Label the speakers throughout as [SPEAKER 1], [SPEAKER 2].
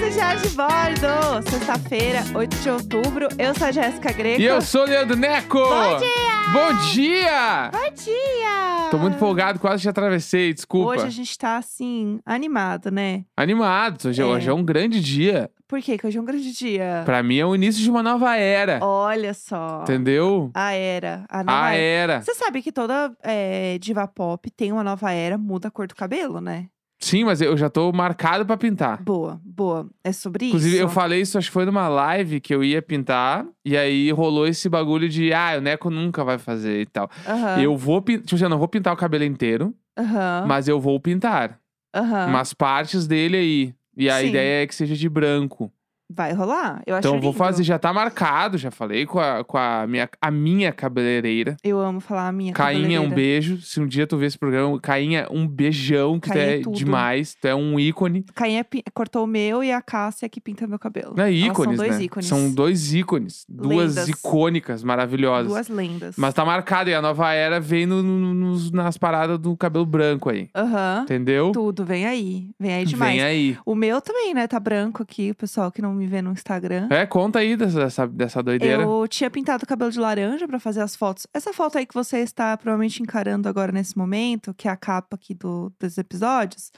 [SPEAKER 1] um Diário de Bordo! Sexta-feira, 8 de outubro. Eu sou a Jéssica Greco.
[SPEAKER 2] E eu sou o Leandro Neco!
[SPEAKER 1] Bom dia!
[SPEAKER 2] Bom dia!
[SPEAKER 1] Bom dia!
[SPEAKER 2] Tô muito empolgado, quase te atravessei, desculpa.
[SPEAKER 1] Hoje a gente tá, assim, animado, né?
[SPEAKER 2] Animado, hoje é.
[SPEAKER 1] É.
[SPEAKER 2] hoje é um grande dia.
[SPEAKER 1] Por quê? Que hoje é um grande dia.
[SPEAKER 2] Pra mim é o início de uma nova era,
[SPEAKER 1] Olha só.
[SPEAKER 2] É. entendeu?
[SPEAKER 1] A era. A nova
[SPEAKER 2] A
[SPEAKER 1] era.
[SPEAKER 2] era.
[SPEAKER 1] Você sabe que toda é, diva pop tem uma nova era, muda a cor do cabelo, né?
[SPEAKER 2] Sim, mas eu já tô marcado pra pintar.
[SPEAKER 1] Boa, boa. É sobre
[SPEAKER 2] Inclusive,
[SPEAKER 1] isso.
[SPEAKER 2] eu falei isso, acho que foi numa live que eu ia pintar, e aí rolou esse bagulho de, ah, o Neco nunca vai fazer e tal.
[SPEAKER 1] Aham,
[SPEAKER 2] Eu vou pintar, tipo assim, eu não vou pintar o cabelo inteiro,
[SPEAKER 1] Aham.
[SPEAKER 2] mas eu vou pintar.
[SPEAKER 1] Aham.
[SPEAKER 2] umas partes dele aí. E a
[SPEAKER 1] Sim.
[SPEAKER 2] ideia é que seja de branco.
[SPEAKER 1] Vai rolar? Eu acho
[SPEAKER 2] então eu vou
[SPEAKER 1] lindo.
[SPEAKER 2] fazer, já tá marcado, já falei com a, com a minha, a minha cabeleireira.
[SPEAKER 1] Eu amo falar a minha
[SPEAKER 2] Cainha, um
[SPEAKER 1] cabeleireira.
[SPEAKER 2] beijo. Se um dia tu ver esse programa, Cainha, um beijão, que
[SPEAKER 1] Cainha é
[SPEAKER 2] tu é
[SPEAKER 1] tudo.
[SPEAKER 2] demais. Tu é um ícone.
[SPEAKER 1] Cainha pin- é cortou o meu e a Cássia que pinta meu cabelo.
[SPEAKER 2] Não é
[SPEAKER 1] Elas
[SPEAKER 2] ícones,
[SPEAKER 1] são dois
[SPEAKER 2] né?
[SPEAKER 1] ícones.
[SPEAKER 2] São dois ícones. Duas
[SPEAKER 1] Lendas.
[SPEAKER 2] icônicas maravilhosas.
[SPEAKER 1] duas lendas.
[SPEAKER 2] Mas tá marcado, e a nova era vem no- no- nos- nas paradas do cabelo branco aí.
[SPEAKER 1] Aham.
[SPEAKER 2] Entendeu?
[SPEAKER 1] Tudo, vem aí. Vem aí é demais.
[SPEAKER 2] Vem aí.
[SPEAKER 1] O meu também, né? Tá branco aqui, o pessoal que não me vê no Instagram.
[SPEAKER 2] É, conta aí dessa, dessa, dessa doideira.
[SPEAKER 1] Eu tinha pintado o cabelo de laranja pra fazer as fotos. Essa foto aí que você está provavelmente encarando agora nesse momento, que é a capa aqui do, dos episódios,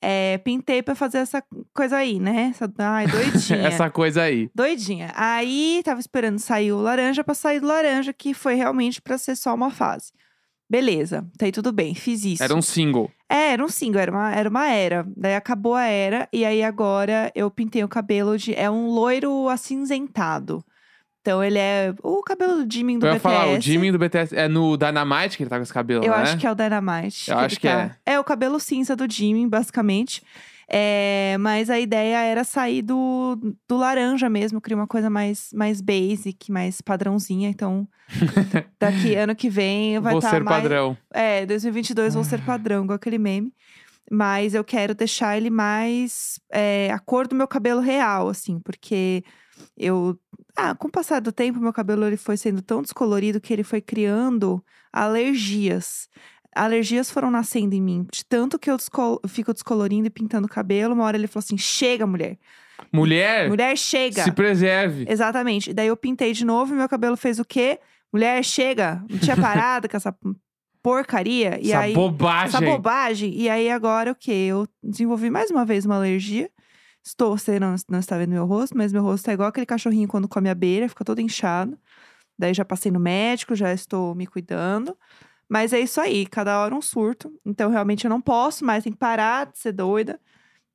[SPEAKER 1] é, pintei pra fazer essa coisa aí, né? Essa, ai, doidinha.
[SPEAKER 2] Essa coisa aí.
[SPEAKER 1] Doidinha. Aí tava esperando sair o laranja pra sair do laranja, que foi realmente pra ser só uma fase. Beleza, tá aí tudo bem, fiz isso.
[SPEAKER 2] Era um single.
[SPEAKER 1] É, era um single, era uma, era uma era. Daí acabou a era, e aí agora eu pintei o cabelo de. É um loiro acinzentado. Então ele é o cabelo do Jimmy do
[SPEAKER 2] eu ia
[SPEAKER 1] BTS.
[SPEAKER 2] falar, o Jimmy do BTS é no Dynamite que ele tá com esse cabelo,
[SPEAKER 1] Eu
[SPEAKER 2] né?
[SPEAKER 1] acho que é o Dynamite.
[SPEAKER 2] Eu
[SPEAKER 1] ele
[SPEAKER 2] acho que
[SPEAKER 1] tá. é. o cabelo cinza do Jimmy, basicamente. É, mas a ideia era sair do, do laranja mesmo, criar uma coisa mais, mais basic, mais padrãozinha. Então, daqui ano que vem vai
[SPEAKER 2] Vou
[SPEAKER 1] estar
[SPEAKER 2] ser
[SPEAKER 1] mais.
[SPEAKER 2] padrão.
[SPEAKER 1] É, 2022 vou
[SPEAKER 2] Ah.
[SPEAKER 1] ser padrão, igual aquele meme. Mas eu quero deixar ele mais. é, a cor do meu cabelo real, assim, porque eu. Ah, com o passar do tempo, meu cabelo ele foi sendo tão descolorido que ele foi criando alergias. Alergias foram nascendo em mim. De tanto que eu descol- fico descolorindo e pintando o cabelo, uma hora ele falou assim: chega, mulher.
[SPEAKER 2] Mulher,
[SPEAKER 1] Mulher, chega.
[SPEAKER 2] É. se preserve.
[SPEAKER 1] Exatamente. E daí eu pintei de novo e meu cabelo fez o quê? Mulher, chega. Não tinha parado com essa porcaria. E
[SPEAKER 2] essa
[SPEAKER 1] aí.
[SPEAKER 2] bobagem.
[SPEAKER 1] Essa bobagem. E aí agora o quê? Eu desenvolvi mais uma vez uma alergia. Estou, você não, não está vendo meu rosto, mas meu rosto é igual aquele cachorrinho quando come abelha, fica todo inchado. Daí já passei no médico, já estou me cuidando. Mas é isso aí, cada hora um surto. Então realmente eu não posso mais, tem que parar de ser doida,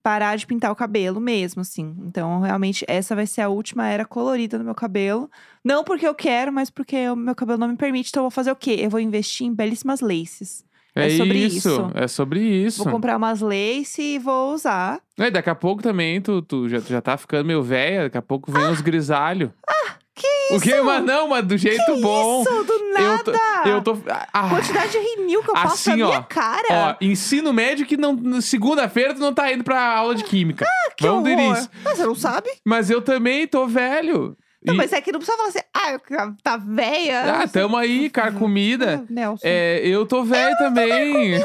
[SPEAKER 1] parar de pintar o cabelo mesmo, assim. Então realmente essa vai ser a última era colorida no meu cabelo. Não porque eu quero, mas porque o meu cabelo não me permite. Então eu vou fazer o quê? Eu vou investir em belíssimas laces.
[SPEAKER 2] É,
[SPEAKER 1] é sobre
[SPEAKER 2] isso,
[SPEAKER 1] isso.
[SPEAKER 2] É sobre isso.
[SPEAKER 1] Vou comprar umas lace e vou usar.
[SPEAKER 2] É, daqui a pouco também, tu, tu já, tu já tá ficando meio velha, daqui a pouco vem os grisalhos. Ah,
[SPEAKER 1] que
[SPEAKER 2] isso? O que? Mas não, mas do jeito bom.
[SPEAKER 1] Isso, do
[SPEAKER 2] Eu tô-
[SPEAKER 1] nada!
[SPEAKER 2] Eu tô. Ah, ah,
[SPEAKER 1] Quantidade de rinil que eu passo na
[SPEAKER 2] Assim, ó.
[SPEAKER 1] minha cara.
[SPEAKER 2] ó, ensino médio que não. no- Segunda-feira tu não tá indo pra aula de química.
[SPEAKER 1] Ah, que
[SPEAKER 2] Vamos
[SPEAKER 1] horror.
[SPEAKER 2] nisso.
[SPEAKER 1] Mas você não sabe?
[SPEAKER 2] Mas eu também tô velho.
[SPEAKER 1] Não,
[SPEAKER 2] E-
[SPEAKER 1] mas é que não precisa falar assim, ah, eu- tá velha. Ah,
[SPEAKER 2] Ah, tamo aí, cara,
[SPEAKER 1] tá
[SPEAKER 2] comida.
[SPEAKER 1] Nelson.
[SPEAKER 2] É, eu tô velho também.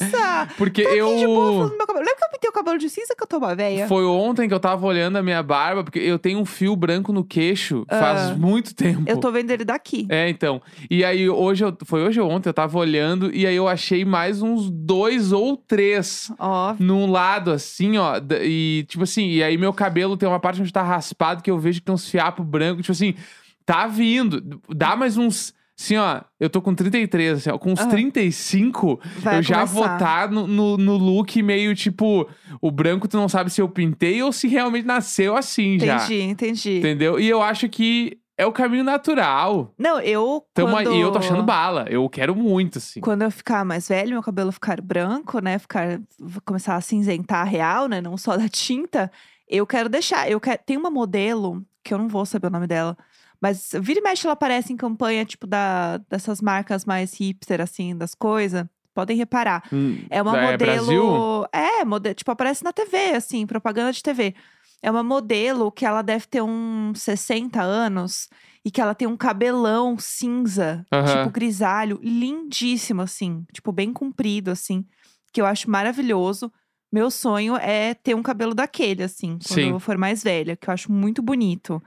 [SPEAKER 1] Essa!
[SPEAKER 2] Porque
[SPEAKER 1] Tô Tá aqui de boa falando
[SPEAKER 2] eu.
[SPEAKER 1] do meu cabelo. Lembra que eu pintei o cabelo de cinza que eu tô uma velha?
[SPEAKER 2] Foi ontem que eu tava olhando a minha barba, porque eu tenho um fio branco no queixo faz
[SPEAKER 1] Ah.
[SPEAKER 2] muito tempo.
[SPEAKER 1] Eu tô vendo ele daqui.
[SPEAKER 2] É, então. E aí, hoje, eu- foi hoje ou ontem, eu tava olhando e aí eu achei mais uns dois ou três
[SPEAKER 1] Ó,
[SPEAKER 2] num lado, assim, ó. da- E, tipo assim, e aí meu cabelo tem uma parte onde tá raspado que eu vejo que tem uns fiapos brancos. Tipo assim, tá vindo. Dá mais uns. Assim, ó, eu tô com 33, assim, ó. Com uns
[SPEAKER 1] Aham.
[SPEAKER 2] 35,
[SPEAKER 1] vai
[SPEAKER 2] eu já
[SPEAKER 1] começar.
[SPEAKER 2] vou tá no, no, no look meio tipo, o branco tu não sabe se eu pintei ou se realmente nasceu assim já.
[SPEAKER 1] Entendi, entendi.
[SPEAKER 2] Entendeu? E eu acho que é o caminho natural.
[SPEAKER 1] Não, eu.
[SPEAKER 2] Tamo aí-
[SPEAKER 1] quando...
[SPEAKER 2] E eu tô achando bala. Eu quero muito, assim.
[SPEAKER 1] Quando eu ficar mais velho, meu cabelo ficar branco, né? Ficar, vou começar a cinzentar real, né? Não só da tinta. Eu quero deixar. Eu quero, tem uma modelo, que eu não vou saber o nome dela. Mas vira e mexe, ela aparece em campanha, tipo, da, dessas marcas mais hipster, assim, das coisas. Podem reparar.
[SPEAKER 2] Hum,
[SPEAKER 1] É uma modelo.
[SPEAKER 2] Brasil?
[SPEAKER 1] É, mode- tipo, aparece na TV, assim, propaganda de TV. É uma modelo que ela deve ter uns 60 anos e que ela tem um cabelão cinza,
[SPEAKER 2] Aham.
[SPEAKER 1] tipo grisalho, lindíssimo, assim, tipo, bem comprido, assim, que eu acho maravilhoso. Meu sonho é ter um cabelo daquele, assim, quando
[SPEAKER 2] Sim.
[SPEAKER 1] eu for mais velha, que eu acho muito bonito.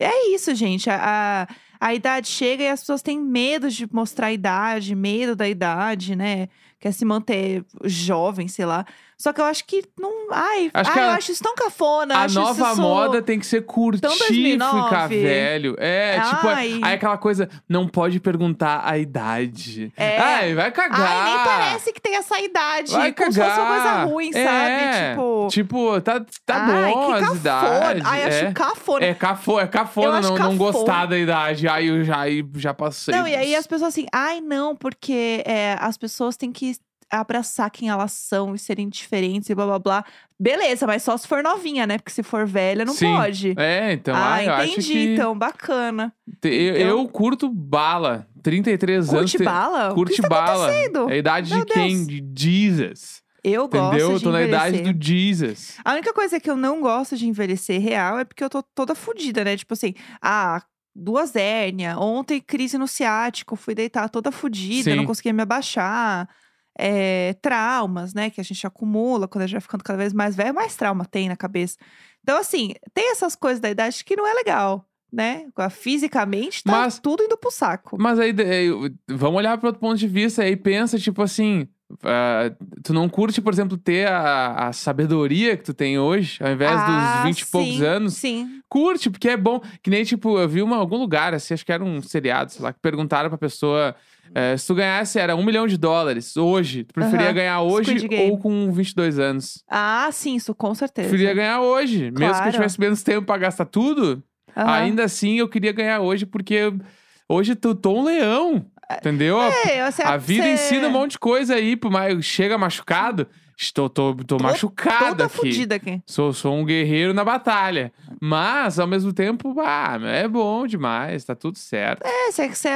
[SPEAKER 1] É isso, gente. A, a, a idade chega e as pessoas têm medo de mostrar a idade, medo da idade, né? Quer se manter jovem, sei lá. Só que eu acho que não. Ai,
[SPEAKER 2] Acho
[SPEAKER 1] ai,
[SPEAKER 2] que
[SPEAKER 1] eu
[SPEAKER 2] a-
[SPEAKER 1] acho isso tão cafona.
[SPEAKER 2] A
[SPEAKER 1] acho
[SPEAKER 2] nova
[SPEAKER 1] isso...
[SPEAKER 2] moda tem que ser curtir
[SPEAKER 1] 2009.
[SPEAKER 2] ficar velho. É, tipo,
[SPEAKER 1] Ai.
[SPEAKER 2] aí aquela coisa, não pode perguntar a idade.
[SPEAKER 1] É.
[SPEAKER 2] Ai, vai cagar.
[SPEAKER 1] Ai, nem parece que tem essa idade.
[SPEAKER 2] Vai
[SPEAKER 1] como se fosse uma coisa
[SPEAKER 2] cagar.
[SPEAKER 1] ruim,
[SPEAKER 2] É.
[SPEAKER 1] sabe? Tipo.
[SPEAKER 2] Tipo, tá, tá
[SPEAKER 1] ai,
[SPEAKER 2] bom
[SPEAKER 1] que
[SPEAKER 2] as
[SPEAKER 1] cafona.
[SPEAKER 2] idades.
[SPEAKER 1] Ai,
[SPEAKER 2] é.
[SPEAKER 1] acho cafona.
[SPEAKER 2] É cafona, é cafona
[SPEAKER 1] Eu acho
[SPEAKER 2] não, não
[SPEAKER 1] cafona.
[SPEAKER 2] gostar da idade. Ai, eu já, aí já passei.
[SPEAKER 1] Não, e aí as pessoas assim, ai não, porque é, as pessoas têm que abraçar quem elas são e serem diferentes e blá blá blá. Beleza, mas só se for novinha, né? Porque se for velha, não
[SPEAKER 2] Sim.
[SPEAKER 1] pode.
[SPEAKER 2] É, então,
[SPEAKER 1] ah,
[SPEAKER 2] ai, eu
[SPEAKER 1] entendi,
[SPEAKER 2] acho que...
[SPEAKER 1] então, bacana.
[SPEAKER 2] Te- Eu,
[SPEAKER 1] Então-
[SPEAKER 2] eu curto bala. 33 anos.
[SPEAKER 1] Curte
[SPEAKER 2] te-
[SPEAKER 1] bala? o que
[SPEAKER 2] Curte
[SPEAKER 1] está
[SPEAKER 2] bala.
[SPEAKER 1] acontecendo?
[SPEAKER 2] É a idade
[SPEAKER 1] Meu
[SPEAKER 2] de quem?
[SPEAKER 1] Deus.
[SPEAKER 2] De Jesus.
[SPEAKER 1] Eu
[SPEAKER 2] entendeu?
[SPEAKER 1] gosto
[SPEAKER 2] Eu
[SPEAKER 1] de
[SPEAKER 2] tô na idade
[SPEAKER 1] envelhecer.
[SPEAKER 2] do Jesus.
[SPEAKER 1] A única coisa que eu não gosto de envelhecer real é porque eu tô toda fodida, né? Tipo assim, ah, duas hérnias. Ontem, crise no ciático, fui deitar toda fodida, não
[SPEAKER 2] Sim.
[SPEAKER 1] conseguia me abaixar. É, traumas, né? Que a gente acumula quando a gente vai ficando cada vez mais velho, mais trauma tem na cabeça. Então, assim, tem essas coisas da idade que não é legal, né? Fisicamente, tá
[SPEAKER 2] Mas-
[SPEAKER 1] tudo indo pro saco.
[SPEAKER 2] Mas aí, de- aí, vamos olhar para outro ponto de vista. Aí pensa, tipo assim. ah, tu não curte, por exemplo, ter a, a sabedoria que tu tem hoje, ao invés
[SPEAKER 1] Ah,
[SPEAKER 2] dos 20 e poucos
[SPEAKER 1] sim,
[SPEAKER 2] anos.
[SPEAKER 1] Sim.
[SPEAKER 2] curte, porque é bom. Que nem, tipo, eu vi uma, algum lugar, assim, acho que era um seriado, sei lá, que perguntaram pra pessoa eh, se tu ganhasse, era um milhão de dólares hoje, tu preferia
[SPEAKER 1] Aham.
[SPEAKER 2] ganhar hoje
[SPEAKER 1] Squid Game.
[SPEAKER 2] ou com 22 anos?
[SPEAKER 1] Ah, sim, isso, com certeza.
[SPEAKER 2] Preferia ganhar hoje, mesmo que eu
[SPEAKER 1] Claro.
[SPEAKER 2] tivesse menos tempo pra gastar tudo.
[SPEAKER 1] Aham.
[SPEAKER 2] Ainda assim, eu queria ganhar hoje, porque hoje tu tô um leão, entendeu? A-
[SPEAKER 1] É, você- é
[SPEAKER 2] a vida
[SPEAKER 1] você-
[SPEAKER 2] ensina um monte de coisa aí, por mais chega machucado, estou tô, tô, machucado
[SPEAKER 1] Toda
[SPEAKER 2] aqui.
[SPEAKER 1] fodida aqui.
[SPEAKER 2] Sou, sou um guerreiro na batalha. Mas, ao mesmo tempo, ah, é bom demais, tá tudo certo.
[SPEAKER 1] É, você, você,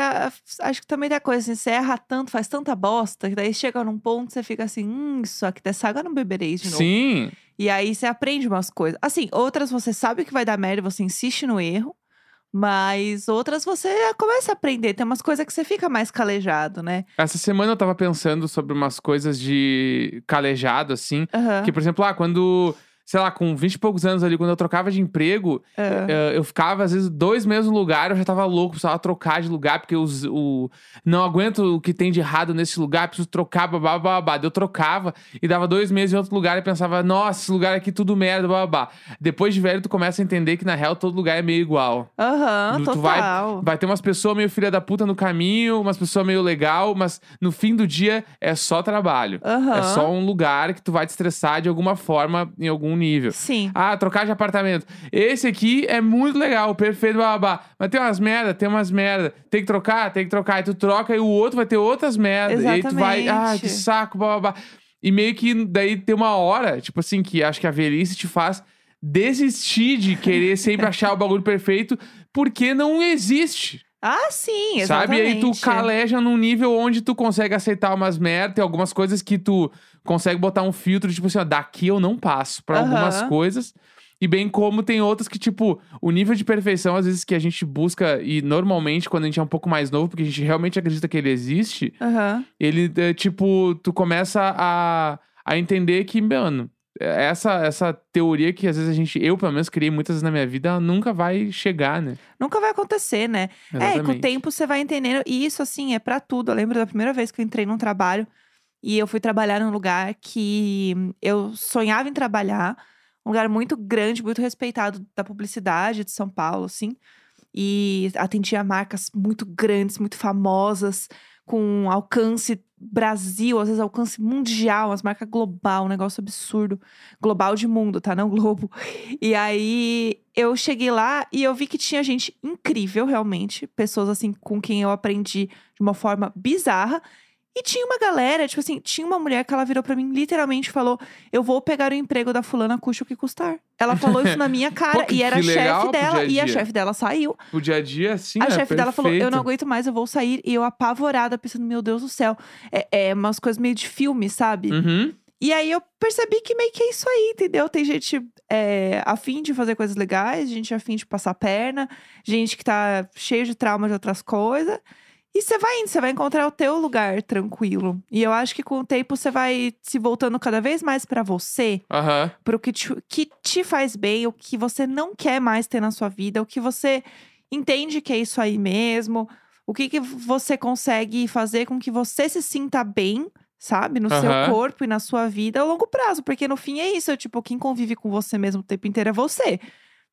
[SPEAKER 1] acho que também tem a coisa assim, você erra tanto, faz tanta bosta, que daí chega num ponto que você fica assim, hum, isso aqui dessa água eu não bebereis de novo.
[SPEAKER 2] Sim,
[SPEAKER 1] E aí você aprende umas coisas. Assim, outras você sabe que vai dar merda, você insiste no erro, mas outras você começa a aprender. Tem umas coisas que você fica mais calejado, né?
[SPEAKER 2] essa semana eu tava pensando sobre umas coisas de calejado, assim.
[SPEAKER 1] Aham.
[SPEAKER 2] Que, por exemplo, ah, quando, sei lá, com 20 e poucos anos ali, quando eu trocava de emprego,
[SPEAKER 1] É.
[SPEAKER 2] eh, eu ficava, às vezes, dois meses no lugar, eu já tava louco, precisava trocar de lugar, porque os, o... não aguento o que tem de errado nesse lugar, preciso trocar, babá, babá. Eu trocava e dava dois meses em outro lugar e pensava, nossa, esse lugar aqui tudo merda, babá. Depois de velho, tu começa a entender que, na real, todo lugar é meio igual.
[SPEAKER 1] Aham,
[SPEAKER 2] No- tu vai-
[SPEAKER 1] total.
[SPEAKER 2] Vai ter umas pessoas meio filha da puta no caminho, umas pessoas meio legal, mas no fim do dia é só trabalho.
[SPEAKER 1] Aham.
[SPEAKER 2] É só um lugar que tu vai te estressar de alguma forma, em algum nível.
[SPEAKER 1] Sim.
[SPEAKER 2] Ah, trocar de apartamento. Esse aqui é muito legal, perfeito, babá. Mas tem umas merda, tem umas merda. Tem que trocar, tem que trocar. E tu troca e o outro vai ter outras merdas. E aí tu vai, ah, que
[SPEAKER 1] Exatamente.
[SPEAKER 2] saco, babá. E meio que daí tem uma hora, tipo assim, que acho que a velhice te faz desistir de querer sempre achar o bagulho perfeito, porque não existe.
[SPEAKER 1] Ah, sim,
[SPEAKER 2] Sabe?
[SPEAKER 1] exatamente.
[SPEAKER 2] E aí tu caleja num nível onde tu consegue aceitar umas merda e algumas coisas que tu consegue botar um filtro, tipo assim, ó, daqui eu não passo pra
[SPEAKER 1] Aham.
[SPEAKER 2] algumas coisas. E bem como tem outras que, tipo, o nível de perfeição, às vezes, que a gente busca, e normalmente, quando a gente é um pouco mais novo, porque a gente realmente acredita que ele existe,
[SPEAKER 1] Aham.
[SPEAKER 2] ele, é, tipo, tu começa a, a entender que, mano, essa, essa teoria que às vezes a gente, eu pelo menos, criei muitas vezes na minha vida, ela nunca vai chegar, né?
[SPEAKER 1] Nunca vai acontecer, né? É, e com o
[SPEAKER 2] Exatamente.
[SPEAKER 1] tempo você vai entendendo. E isso, assim, é pra tudo. Eu lembro da primeira vez que eu entrei num trabalho e eu fui trabalhar num lugar que hum, eu sonhava em trabalhar. Um lugar muito grande, muito respeitado da publicidade de São Paulo, assim. E atendia marcas muito grandes, muito famosas, com alcance Brasil, às vezes alcance mundial, as marcas global, um negócio absurdo. Global de mundo, tá? Não Globo. E aí eu cheguei lá e eu vi que tinha gente incrível, realmente. Pessoas assim com quem eu aprendi de uma forma bizarra. E tinha uma galera, tipo assim, tinha uma mulher que ela virou pra mim literalmente e falou: Eu vou pegar o emprego da fulana, custe o que custar. Ela falou isso na minha cara.
[SPEAKER 2] Pô, que-
[SPEAKER 1] e era a
[SPEAKER 2] que legal
[SPEAKER 1] chefe
[SPEAKER 2] pro
[SPEAKER 1] dela.
[SPEAKER 2] dia a
[SPEAKER 1] E a
[SPEAKER 2] dia.
[SPEAKER 1] chefe dela saiu.
[SPEAKER 2] O dia a dia, assim,
[SPEAKER 1] A
[SPEAKER 2] é
[SPEAKER 1] chefe dela falou: Eu
[SPEAKER 2] perfeito.
[SPEAKER 1] não aguento mais, eu vou sair. E eu apavorada, pensando: Meu Deus do céu. É, é umas coisas meio de filme, sabe?
[SPEAKER 2] Uhum.
[SPEAKER 1] E aí eu percebi que meio que é isso aí, entendeu? Tem gente é, afim de fazer coisas legais, gente afim de passar perna, gente que tá cheio de trauma de outras coisas. E você vai indo, você vai encontrar o teu lugar tranquilo. E eu acho que com o tempo você vai se voltando cada vez mais pra você,
[SPEAKER 2] Aham.
[SPEAKER 1] pro que te, que te faz bem, o que você não quer mais ter na sua vida, o que você entende que é isso aí mesmo, o que, que você consegue fazer com que você se sinta bem, sabe? No
[SPEAKER 2] Aham.
[SPEAKER 1] seu corpo e na sua vida a longo prazo. Porque no fim é isso, é tipo, quem convive com você mesmo o tempo inteiro é você.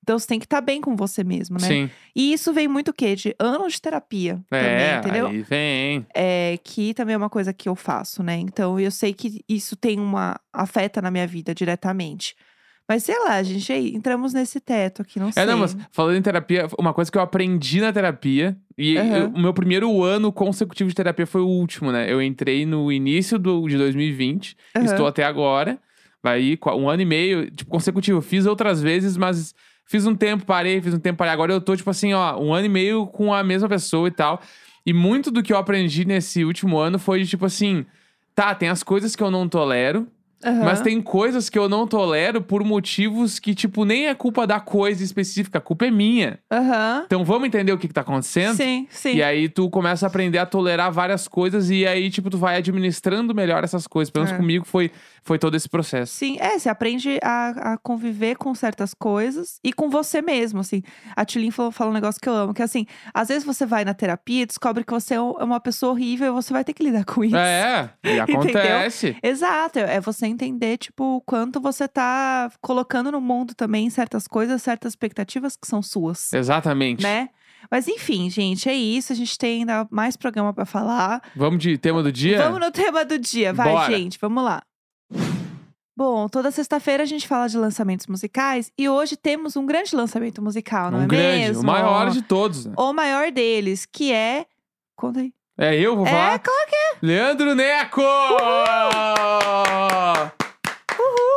[SPEAKER 1] Então você tem que estar bem com você mesmo, né?
[SPEAKER 2] Sim.
[SPEAKER 1] E isso vem muito o quê? De anos de terapia
[SPEAKER 2] é,
[SPEAKER 1] também, entendeu?
[SPEAKER 2] aí vem.
[SPEAKER 1] É, que também é uma coisa que eu faço, né? Então eu sei que isso tem uma. afeta na minha vida diretamente. Mas sei lá, gente, aí, entramos nesse teto aqui, não sei.
[SPEAKER 2] É, não, mas falando em terapia, uma coisa que eu aprendi na terapia, e
[SPEAKER 1] Aham.
[SPEAKER 2] eu- o meu primeiro ano consecutivo de terapia foi o último, né? Eu entrei no início do, de 2020,
[SPEAKER 1] Aham.
[SPEAKER 2] estou até agora, vai ir qua- um ano e meio, tipo, consecutivo. Fiz outras vezes, mas fiz um tempo, parei, fiz um tempo, parei. Agora eu tô, tipo assim, ó, um ano e meio com a mesma pessoa e tal. E muito do que eu aprendi nesse último ano foi, tipo assim, tá, tem as coisas que eu não tolero,
[SPEAKER 1] Aham.
[SPEAKER 2] é mas tem coisas que eu não tolero por motivos que, tipo, nem é culpa da coisa específica, a culpa é minha.
[SPEAKER 1] Aham.
[SPEAKER 2] Então vamos entender o que, que tá acontecendo?
[SPEAKER 1] Sim, sim.
[SPEAKER 2] E aí tu começa a aprender a tolerar várias coisas e aí, tipo, tu vai administrando melhor essas coisas. Pelo menos
[SPEAKER 1] É.
[SPEAKER 2] comigo foi, foi todo esse processo.
[SPEAKER 1] Sim, é, você aprende a, a conviver com certas coisas e com você mesmo, assim. A Tilin falou, fala um negócio que eu amo, que é assim, às vezes você vai na terapia e descobre que você é um- é uma pessoa horrível e você vai ter que lidar com isso.
[SPEAKER 2] É, e acontece.
[SPEAKER 1] Exato, é você entender, tipo, o quanto você tá colocando no mundo também certas coisas, certas expectativas que são suas,
[SPEAKER 2] Exatamente.
[SPEAKER 1] né? Mas enfim, gente, é isso. A gente tem ainda mais programa pra falar.
[SPEAKER 2] Vamos de tema do dia?
[SPEAKER 1] Vamos no tema do dia, vai,
[SPEAKER 2] Bora.
[SPEAKER 1] gente, vamos lá. Bom, toda sexta-feira a gente fala de lançamentos musicais e hoje temos um grande lançamento musical, não
[SPEAKER 2] um
[SPEAKER 1] é
[SPEAKER 2] grande,
[SPEAKER 1] mesmo?
[SPEAKER 2] o maior de todos. né?
[SPEAKER 1] O maior deles, que é. Conta aí.
[SPEAKER 2] É eu, vou falar?
[SPEAKER 1] É, claro que
[SPEAKER 2] Leandro Neco!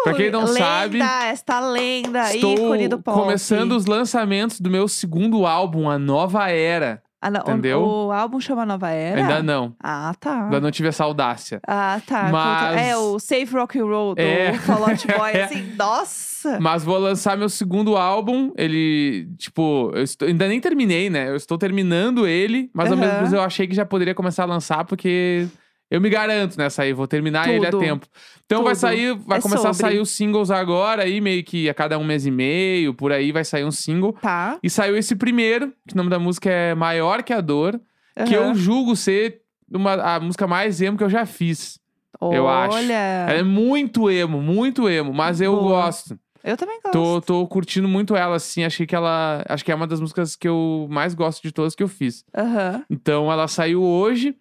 [SPEAKER 2] Pra quem não
[SPEAKER 1] lenda,
[SPEAKER 2] sabe,
[SPEAKER 1] esta lenda,
[SPEAKER 2] Estou
[SPEAKER 1] ícone do pop.
[SPEAKER 2] começando os lançamentos do meu segundo álbum, A Nova Era.
[SPEAKER 1] Ah, não, o-
[SPEAKER 2] Entendeu?
[SPEAKER 1] O, álbum chama Nova Era?
[SPEAKER 2] Ainda não.
[SPEAKER 1] Ah, tá.
[SPEAKER 2] Ainda não tive essa audácia.
[SPEAKER 1] Ah, tá.
[SPEAKER 2] Mas-
[SPEAKER 1] Conta- É o Save Rock and Roll do
[SPEAKER 2] É.
[SPEAKER 1] Fall Out Boy, assim, nossa!
[SPEAKER 2] Mas vou lançar meu segundo álbum. Ele, tipo, eu estou- ainda nem terminei, né? Eu estou terminando ele, mas ao mesmo
[SPEAKER 1] Aham.
[SPEAKER 2] tempo eu achei que já poderia começar a lançar, porque eu me garanto nessa aí, vou terminar ele a
[SPEAKER 1] Tudo.
[SPEAKER 2] tempo. Então vai
[SPEAKER 1] Tudo.
[SPEAKER 2] sair, vai
[SPEAKER 1] É
[SPEAKER 2] começar a
[SPEAKER 1] sobre.
[SPEAKER 2] sair os singles agora, aí meio que a cada um mês e meio, por aí vai sair um single.
[SPEAKER 1] Tá.
[SPEAKER 2] E saiu esse primeiro, que o nome da música é Maior que a Dor. que eu
[SPEAKER 1] Aham.
[SPEAKER 2] julgo ser uma, a música mais emo que eu já fiz. eu acho. Ela
[SPEAKER 1] Olha,
[SPEAKER 2] é muito emo, muito emo, mas eu
[SPEAKER 1] Boa.
[SPEAKER 2] gosto.
[SPEAKER 1] eu também gosto.
[SPEAKER 2] Tô, tô curtindo muito ela, assim. Achei que ela. Acho que é uma das músicas que eu mais gosto de todas que eu fiz.
[SPEAKER 1] Aham.
[SPEAKER 2] Então ela saiu hoje.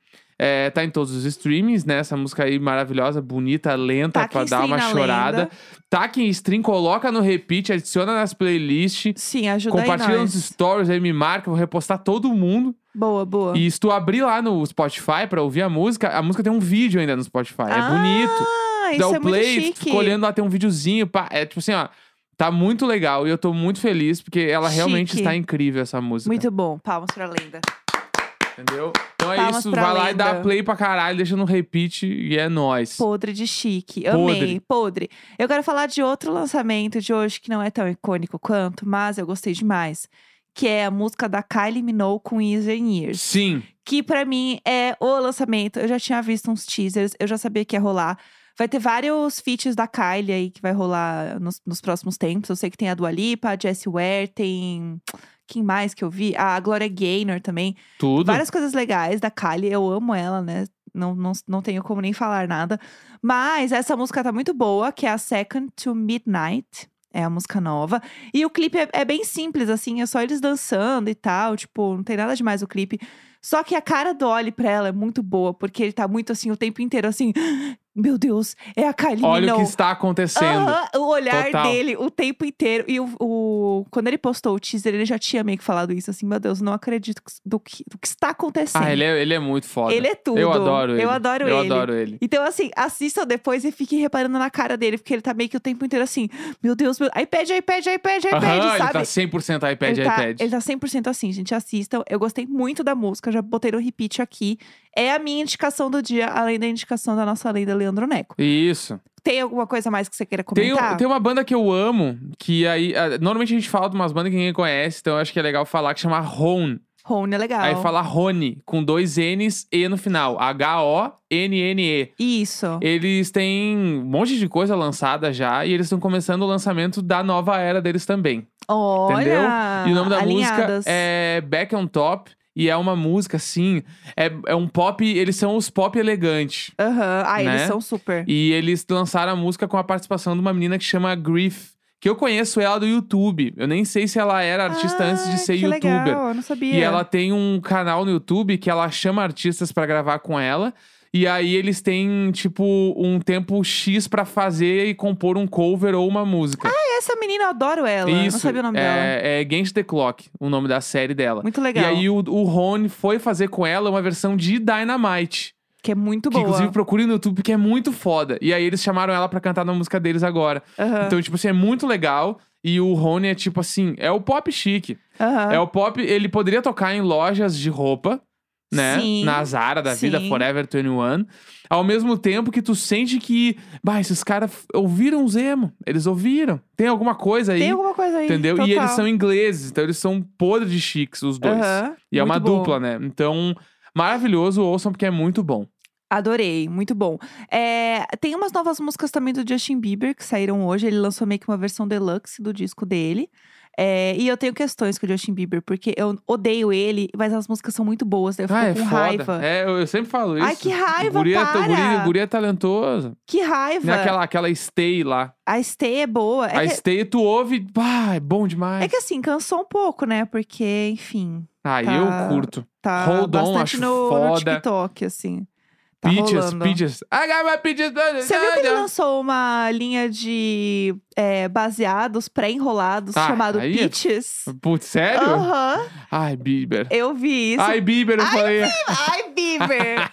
[SPEAKER 2] É, tá em todos os streamings, né? Essa música aí maravilhosa, bonita, lenta,
[SPEAKER 1] Taca
[SPEAKER 2] pra
[SPEAKER 1] em
[SPEAKER 2] dar uma
[SPEAKER 1] stream Tá na
[SPEAKER 2] chorada.
[SPEAKER 1] lenda.
[SPEAKER 2] Taca em stream, coloca no repeat, adiciona nas playlists.
[SPEAKER 1] Sim, ajuda aí
[SPEAKER 2] Compartilha nos
[SPEAKER 1] nós.
[SPEAKER 2] stories aí, me marca, eu vou repostar todo mundo.
[SPEAKER 1] Boa, boa.
[SPEAKER 2] E se tu abrir lá no Spotify pra ouvir a música, a música tem um vídeo ainda no Spotify.
[SPEAKER 1] ah,
[SPEAKER 2] é bonito.
[SPEAKER 1] Ah,
[SPEAKER 2] Tu
[SPEAKER 1] isso
[SPEAKER 2] Dá
[SPEAKER 1] é
[SPEAKER 2] o play,
[SPEAKER 1] muito
[SPEAKER 2] tu
[SPEAKER 1] chique.
[SPEAKER 2] fica olhando lá, tem um videozinho. pá. É tipo assim, ó. Tá muito legal e eu tô muito feliz porque ela realmente
[SPEAKER 1] Chique.
[SPEAKER 2] está incrível, essa música.
[SPEAKER 1] Muito bom, palmas pra lenda.
[SPEAKER 2] Entendeu? Então é
[SPEAKER 1] Palmas
[SPEAKER 2] isso.
[SPEAKER 1] pra
[SPEAKER 2] Vai lá e dá
[SPEAKER 1] lenda.
[SPEAKER 2] play pra caralho, deixa no repeat e é nóis.
[SPEAKER 1] Podre de chique.
[SPEAKER 2] Podre.
[SPEAKER 1] Amei. Podre. Eu quero falar de outro lançamento de hoje que não é tão icônico quanto, mas eu gostei demais. Que é a música da Kylie Minogue com Years and Years.
[SPEAKER 2] Sim.
[SPEAKER 1] Que pra mim é o lançamento. Eu já tinha visto uns teasers, eu já sabia que ia rolar. Vai ter vários feats da Kylie aí que vai rolar nos, nos próximos tempos. Eu sei que tem a Dua Lipa, a Jessie Ware, tem. Quem mais que eu vi? A Gloria Gaynor também.
[SPEAKER 2] Tudo.
[SPEAKER 1] Várias coisas legais da Kylie, eu amo ela, né? Não, não, não tenho como nem falar nada. Mas essa música tá muito boa, que é a Second to Midnight. É a música nova. E o clipe é, é bem simples, assim, é só eles dançando e tal. Tipo, não tem nada demais o clipe. Só que a cara do Oli pra ela é muito boa, porque ele tá muito assim o tempo inteiro assim. Meu Deus, é a Kylie
[SPEAKER 2] Olha o
[SPEAKER 1] Minogue.
[SPEAKER 2] que está acontecendo.
[SPEAKER 1] Aham, o olhar
[SPEAKER 2] Total.
[SPEAKER 1] dele o tempo inteiro. E o, o- quando ele postou o teaser, ele já tinha meio que falado isso, assim, meu Deus, não acredito que- do que, do que está acontecendo.
[SPEAKER 2] Ah, ele é, ele é muito foda.
[SPEAKER 1] Ele é tudo.
[SPEAKER 2] Eu adoro ele.
[SPEAKER 1] Eu adoro
[SPEAKER 2] Eu
[SPEAKER 1] ele.
[SPEAKER 2] adoro ele.
[SPEAKER 1] Então, assim, assistam depois e fiquem reparando na cara dele, porque ele tá meio que o tempo inteiro assim, meu Deus, meu... iPad, iPad, iPad, iPad,
[SPEAKER 2] Aham, ele
[SPEAKER 1] sabe?
[SPEAKER 2] tá 100% iPad,
[SPEAKER 1] ele, tá,
[SPEAKER 2] iPad.
[SPEAKER 1] ele tá 100% assim, gente. Assistam. Eu gostei muito da música, já botei no repeat aqui. É a minha indicação do dia, além da indicação da nossa lenda Leandro Neco.
[SPEAKER 2] Isso.
[SPEAKER 1] Tem alguma coisa mais que você queira
[SPEAKER 2] Tem, um-
[SPEAKER 1] comentar?
[SPEAKER 2] tem uma banda que eu amo, que aí. ah, Normalmente a gente fala de umas bandas que ninguém conhece, então eu acho que é legal falar, que chama Hone.
[SPEAKER 1] Rony é legal.
[SPEAKER 2] Aí fala Rony, com dois N's E no final. H-O-N-N-E.
[SPEAKER 1] Isso.
[SPEAKER 2] Eles têm um monte de coisa lançada já e eles estão começando o lançamento da nova era deles também.
[SPEAKER 1] Olha!
[SPEAKER 2] E o nome da
[SPEAKER 1] alinhadas.
[SPEAKER 2] música é Back on Top. E é uma música, assim. É, é um pop. Eles são os pop elegante.
[SPEAKER 1] Aham. Ah, eles
[SPEAKER 2] né?
[SPEAKER 1] são super.
[SPEAKER 2] E eles lançaram a música com a participação de uma menina que chama Griff. Que eu conheço ela do YouTube. Eu nem sei se ela era artista antes
[SPEAKER 1] Ah,
[SPEAKER 2] de ser
[SPEAKER 1] que
[SPEAKER 2] youtuber.
[SPEAKER 1] Legal, eu não sabia.
[SPEAKER 2] E ela tem um canal no YouTube que ela chama artistas pra gravar com ela. E aí eles têm, tipo, um tempo X pra fazer e compor um cover ou uma música.
[SPEAKER 1] Essa menina, eu adoro Ah, ela. eu
[SPEAKER 2] Isso.
[SPEAKER 1] Não sabia o nome
[SPEAKER 2] é,
[SPEAKER 1] dela.
[SPEAKER 2] É Against the Clock, o nome da série dela.
[SPEAKER 1] Muito legal.
[SPEAKER 2] E aí o, o Rony foi fazer com ela uma versão de Dynamite.
[SPEAKER 1] que é muito
[SPEAKER 2] que
[SPEAKER 1] boa.
[SPEAKER 2] inclusive procure no YouTube, que é muito foda. E aí eles chamaram ela pra cantar na música deles agora.
[SPEAKER 1] Aham,
[SPEAKER 2] Então, tipo assim, é muito legal. E o Rony é tipo assim, é o pop chique.
[SPEAKER 1] aham.
[SPEAKER 2] É o pop, ele poderia tocar em lojas de roupa, né?
[SPEAKER 1] Sim,
[SPEAKER 2] Na Zara da vida,
[SPEAKER 1] sim.
[SPEAKER 2] Forever 21. Ao mesmo tempo que tu sente que, bah, esses caras f- ouviram o Zemo. Eles ouviram. Tem alguma coisa aí.
[SPEAKER 1] Tem alguma coisa aí. Então tá.
[SPEAKER 2] Entendeu?
[SPEAKER 1] total.
[SPEAKER 2] E eles são ingleses, então eles são podre de chiques, os dois.
[SPEAKER 1] Aham,
[SPEAKER 2] E é uma
[SPEAKER 1] muito bom.
[SPEAKER 2] dupla, né? Então, maravilhoso, ouçam, porque é muito bom.
[SPEAKER 1] Adorei, muito bom. É, tem umas novas músicas também do Justin Bieber que saíram hoje. Ele lançou meio que uma versão deluxe do disco dele. É, e eu tenho questões com o Justin Bieber, porque eu odeio ele, mas as músicas são muito boas, daí eu fico
[SPEAKER 2] ah, é
[SPEAKER 1] com
[SPEAKER 2] foda.
[SPEAKER 1] raiva.
[SPEAKER 2] É, eu, eu sempre falo isso.
[SPEAKER 1] Ai, que raiva,
[SPEAKER 2] guria, é ta-
[SPEAKER 1] para!
[SPEAKER 2] Guria, guria é talentosa.
[SPEAKER 1] Que raiva!
[SPEAKER 2] Né, Aquela, aquela Stay lá.
[SPEAKER 1] A Stay é boa. É
[SPEAKER 2] a
[SPEAKER 1] que,
[SPEAKER 2] Stay, tu ouve, bah, é bom demais.
[SPEAKER 1] é que assim, cansou um pouco, né? Porque, enfim,
[SPEAKER 2] Ah,
[SPEAKER 1] Tá.
[SPEAKER 2] eu curto.
[SPEAKER 1] tá
[SPEAKER 2] Hold On,
[SPEAKER 1] bastante
[SPEAKER 2] acho
[SPEAKER 1] no, no
[SPEAKER 2] foda.
[SPEAKER 1] TikTok, assim. Tá
[SPEAKER 2] Peaches,
[SPEAKER 1] rolando.
[SPEAKER 2] peaches. I got my peaches.
[SPEAKER 1] Você viu que ele lançou uma linha de é, baseados pré-enrolados
[SPEAKER 2] Ah,
[SPEAKER 1] chamado
[SPEAKER 2] aí é-
[SPEAKER 1] Peaches?
[SPEAKER 2] Putz, sério?
[SPEAKER 1] Aham,
[SPEAKER 2] Ai, Bieber.
[SPEAKER 1] eu vi Ah. isso. Ai,
[SPEAKER 2] Ai, Bieber, eu falei.
[SPEAKER 1] Bieber!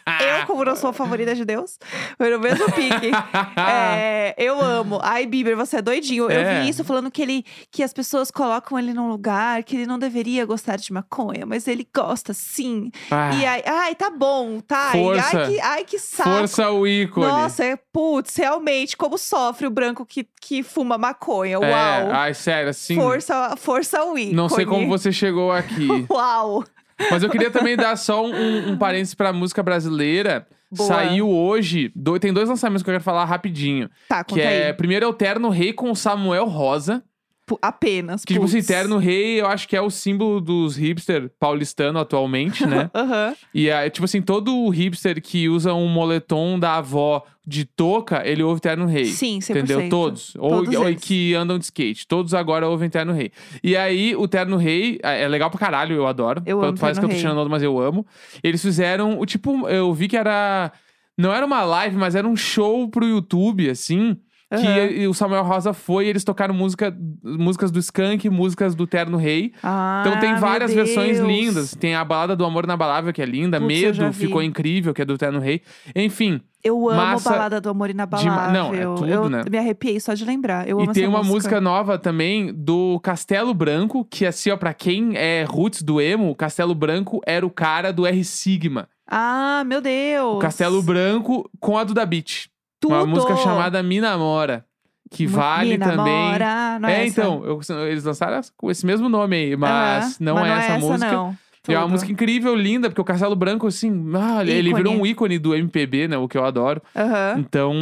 [SPEAKER 1] eu, como não sou a favorita de Deus, foi no mesmo pique. É, eu amo. Ai, Bieber, você é doidinho. Eu
[SPEAKER 2] Ah. É.
[SPEAKER 1] vi isso falando que ele que as pessoas colocam ele num lugar que ele não deveria gostar de maconha, mas ele gosta sim.
[SPEAKER 2] Ah,
[SPEAKER 1] E aí, ai, tá bom, tá? E
[SPEAKER 2] Força.
[SPEAKER 1] ai, que, ai, que saco.
[SPEAKER 2] força o ícone.
[SPEAKER 1] Nossa, é putz, realmente, como sofre o branco que, que fuma maconha.
[SPEAKER 2] É,
[SPEAKER 1] Uau!
[SPEAKER 2] ai, sério, assim.
[SPEAKER 1] força, força o ícone.
[SPEAKER 2] Não sei como você chegou aqui.
[SPEAKER 1] Uau!
[SPEAKER 2] Mas eu queria também dar só um, um parênteses pra música brasileira.
[SPEAKER 1] Boa.
[SPEAKER 2] Saiu hoje. do- tem dois lançamentos que eu quero falar rapidinho.
[SPEAKER 1] Tá,
[SPEAKER 2] que
[SPEAKER 1] conta
[SPEAKER 2] é.
[SPEAKER 1] aí.
[SPEAKER 2] Primeiro é o Terno Rei com o Samuel Rosa.
[SPEAKER 1] Pu- Apenas.
[SPEAKER 2] Que, tipo
[SPEAKER 1] putz.
[SPEAKER 2] assim, Terno Rei, eu acho que é o símbolo dos hipster paulistano atualmente, né?
[SPEAKER 1] Aham.
[SPEAKER 2] E é tipo assim, todo hipster que usa um moletom da avó de touca, ele ouve Terno Rei.
[SPEAKER 1] Sim, 100%.
[SPEAKER 2] Entendeu? Todos. Ou,
[SPEAKER 1] Todos
[SPEAKER 2] ou
[SPEAKER 1] eles.
[SPEAKER 2] que andam de skate. Todos agora ouvem Terno Rei. E aí, o Terno Rei é é legal pra caralho, eu adoro.
[SPEAKER 1] Eu amo
[SPEAKER 2] Parece
[SPEAKER 1] Terno
[SPEAKER 2] que eu tô
[SPEAKER 1] Rei.
[SPEAKER 2] tirando onda, mas eu amo. Eles fizeram o tipo, eu vi que era. Não era uma live, mas era um show pro YouTube, assim. Que
[SPEAKER 1] Aham.
[SPEAKER 2] e- o Samuel Rosa foi e eles tocaram música, músicas do Skank, músicas do Terno Rei.
[SPEAKER 1] Ah,
[SPEAKER 2] Então tem
[SPEAKER 1] meu
[SPEAKER 2] várias versões
[SPEAKER 1] Deus.
[SPEAKER 2] lindas. Tem a balada do amor inabalável, que é linda.
[SPEAKER 1] Putz, eu já
[SPEAKER 2] Medo
[SPEAKER 1] vi.
[SPEAKER 2] ficou incrível, que é do Terno Rei. Enfim,
[SPEAKER 1] Eu amo
[SPEAKER 2] Massa
[SPEAKER 1] Balada do Amor Inabalável.
[SPEAKER 2] dema- não, é tudo,
[SPEAKER 1] eu
[SPEAKER 2] né?
[SPEAKER 1] me arrepiei só de lembrar. Eu
[SPEAKER 2] e
[SPEAKER 1] amo
[SPEAKER 2] tem
[SPEAKER 1] essa
[SPEAKER 2] uma
[SPEAKER 1] música.
[SPEAKER 2] música nova também do Castelo Branco, que assim, ó, pra quem é roots do emo, o Castelo Branco era o cara do R Sigma.
[SPEAKER 1] Ah, meu Deus!
[SPEAKER 2] O Castelo Branco com a Duda Beat.
[SPEAKER 1] Tudo!
[SPEAKER 2] Uma música chamada Me Namora, que
[SPEAKER 1] Mu-
[SPEAKER 2] vale
[SPEAKER 1] Me
[SPEAKER 2] também.
[SPEAKER 1] Namora, não
[SPEAKER 2] é,
[SPEAKER 1] é, essa.
[SPEAKER 2] então, eu- eles lançaram essa- com esse mesmo nome aí,
[SPEAKER 1] Aham,
[SPEAKER 2] mas não é essa música.
[SPEAKER 1] não.
[SPEAKER 2] E é uma
[SPEAKER 1] Tudo.
[SPEAKER 2] música incrível, linda, porque o Castelo Branco, assim, ah, ele- ele
[SPEAKER 1] Ícone.
[SPEAKER 2] virou um ícone do MPB, né? O que eu adoro.
[SPEAKER 1] Aham.
[SPEAKER 2] Então,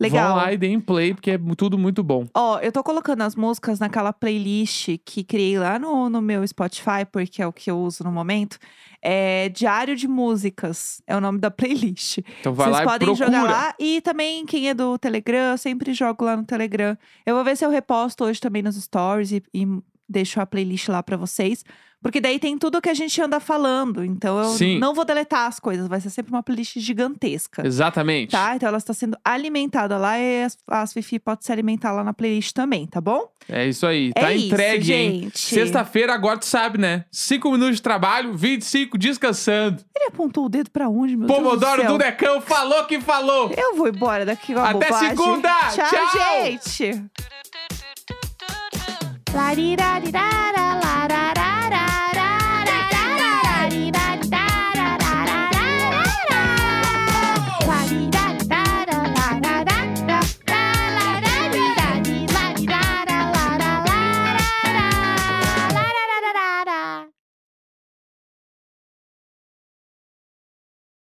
[SPEAKER 1] Legal.
[SPEAKER 2] vão lá e deem play, porque é tudo muito bom.
[SPEAKER 1] Ó, eu tô colocando as músicas naquela playlist que criei lá no, no meu Spotify, porque é o que eu uso no momento. É Diário de Músicas, é o nome da playlist.
[SPEAKER 2] Então vai
[SPEAKER 1] Vocês
[SPEAKER 2] lá
[SPEAKER 1] podem
[SPEAKER 2] e procura.
[SPEAKER 1] jogar lá. E também, quem é do Telegram, eu sempre jogo lá no Telegram. Eu vou ver se eu reposto hoje também nos stories e, e deixo a playlist lá pra vocês. Porque daí tem tudo que a gente anda falando. Então eu
[SPEAKER 2] Sim.
[SPEAKER 1] não vou deletar as coisas, vai ser sempre uma playlist gigantesca.
[SPEAKER 2] Exatamente.
[SPEAKER 1] Tá? Então ela está sendo alimentada lá e as, as Fifi pode se alimentar lá na playlist também, tá bom?
[SPEAKER 2] É isso aí. tá
[SPEAKER 1] é
[SPEAKER 2] entregue,
[SPEAKER 1] isso,
[SPEAKER 2] hein?
[SPEAKER 1] gente.
[SPEAKER 2] Sexta-feira, agora tu sabe, né? Cinco minutos de trabalho, 25 descansando.
[SPEAKER 1] Ele apontou o dedo pra onde, meu
[SPEAKER 2] Pomodoro
[SPEAKER 1] Deus
[SPEAKER 2] do
[SPEAKER 1] do céu?
[SPEAKER 2] Decão falou que falou.
[SPEAKER 1] Eu vou embora daqui com a
[SPEAKER 2] Até
[SPEAKER 1] bobagem.
[SPEAKER 2] segunda!
[SPEAKER 1] Tchau,
[SPEAKER 2] Tchau!
[SPEAKER 1] gente! Larirarirara.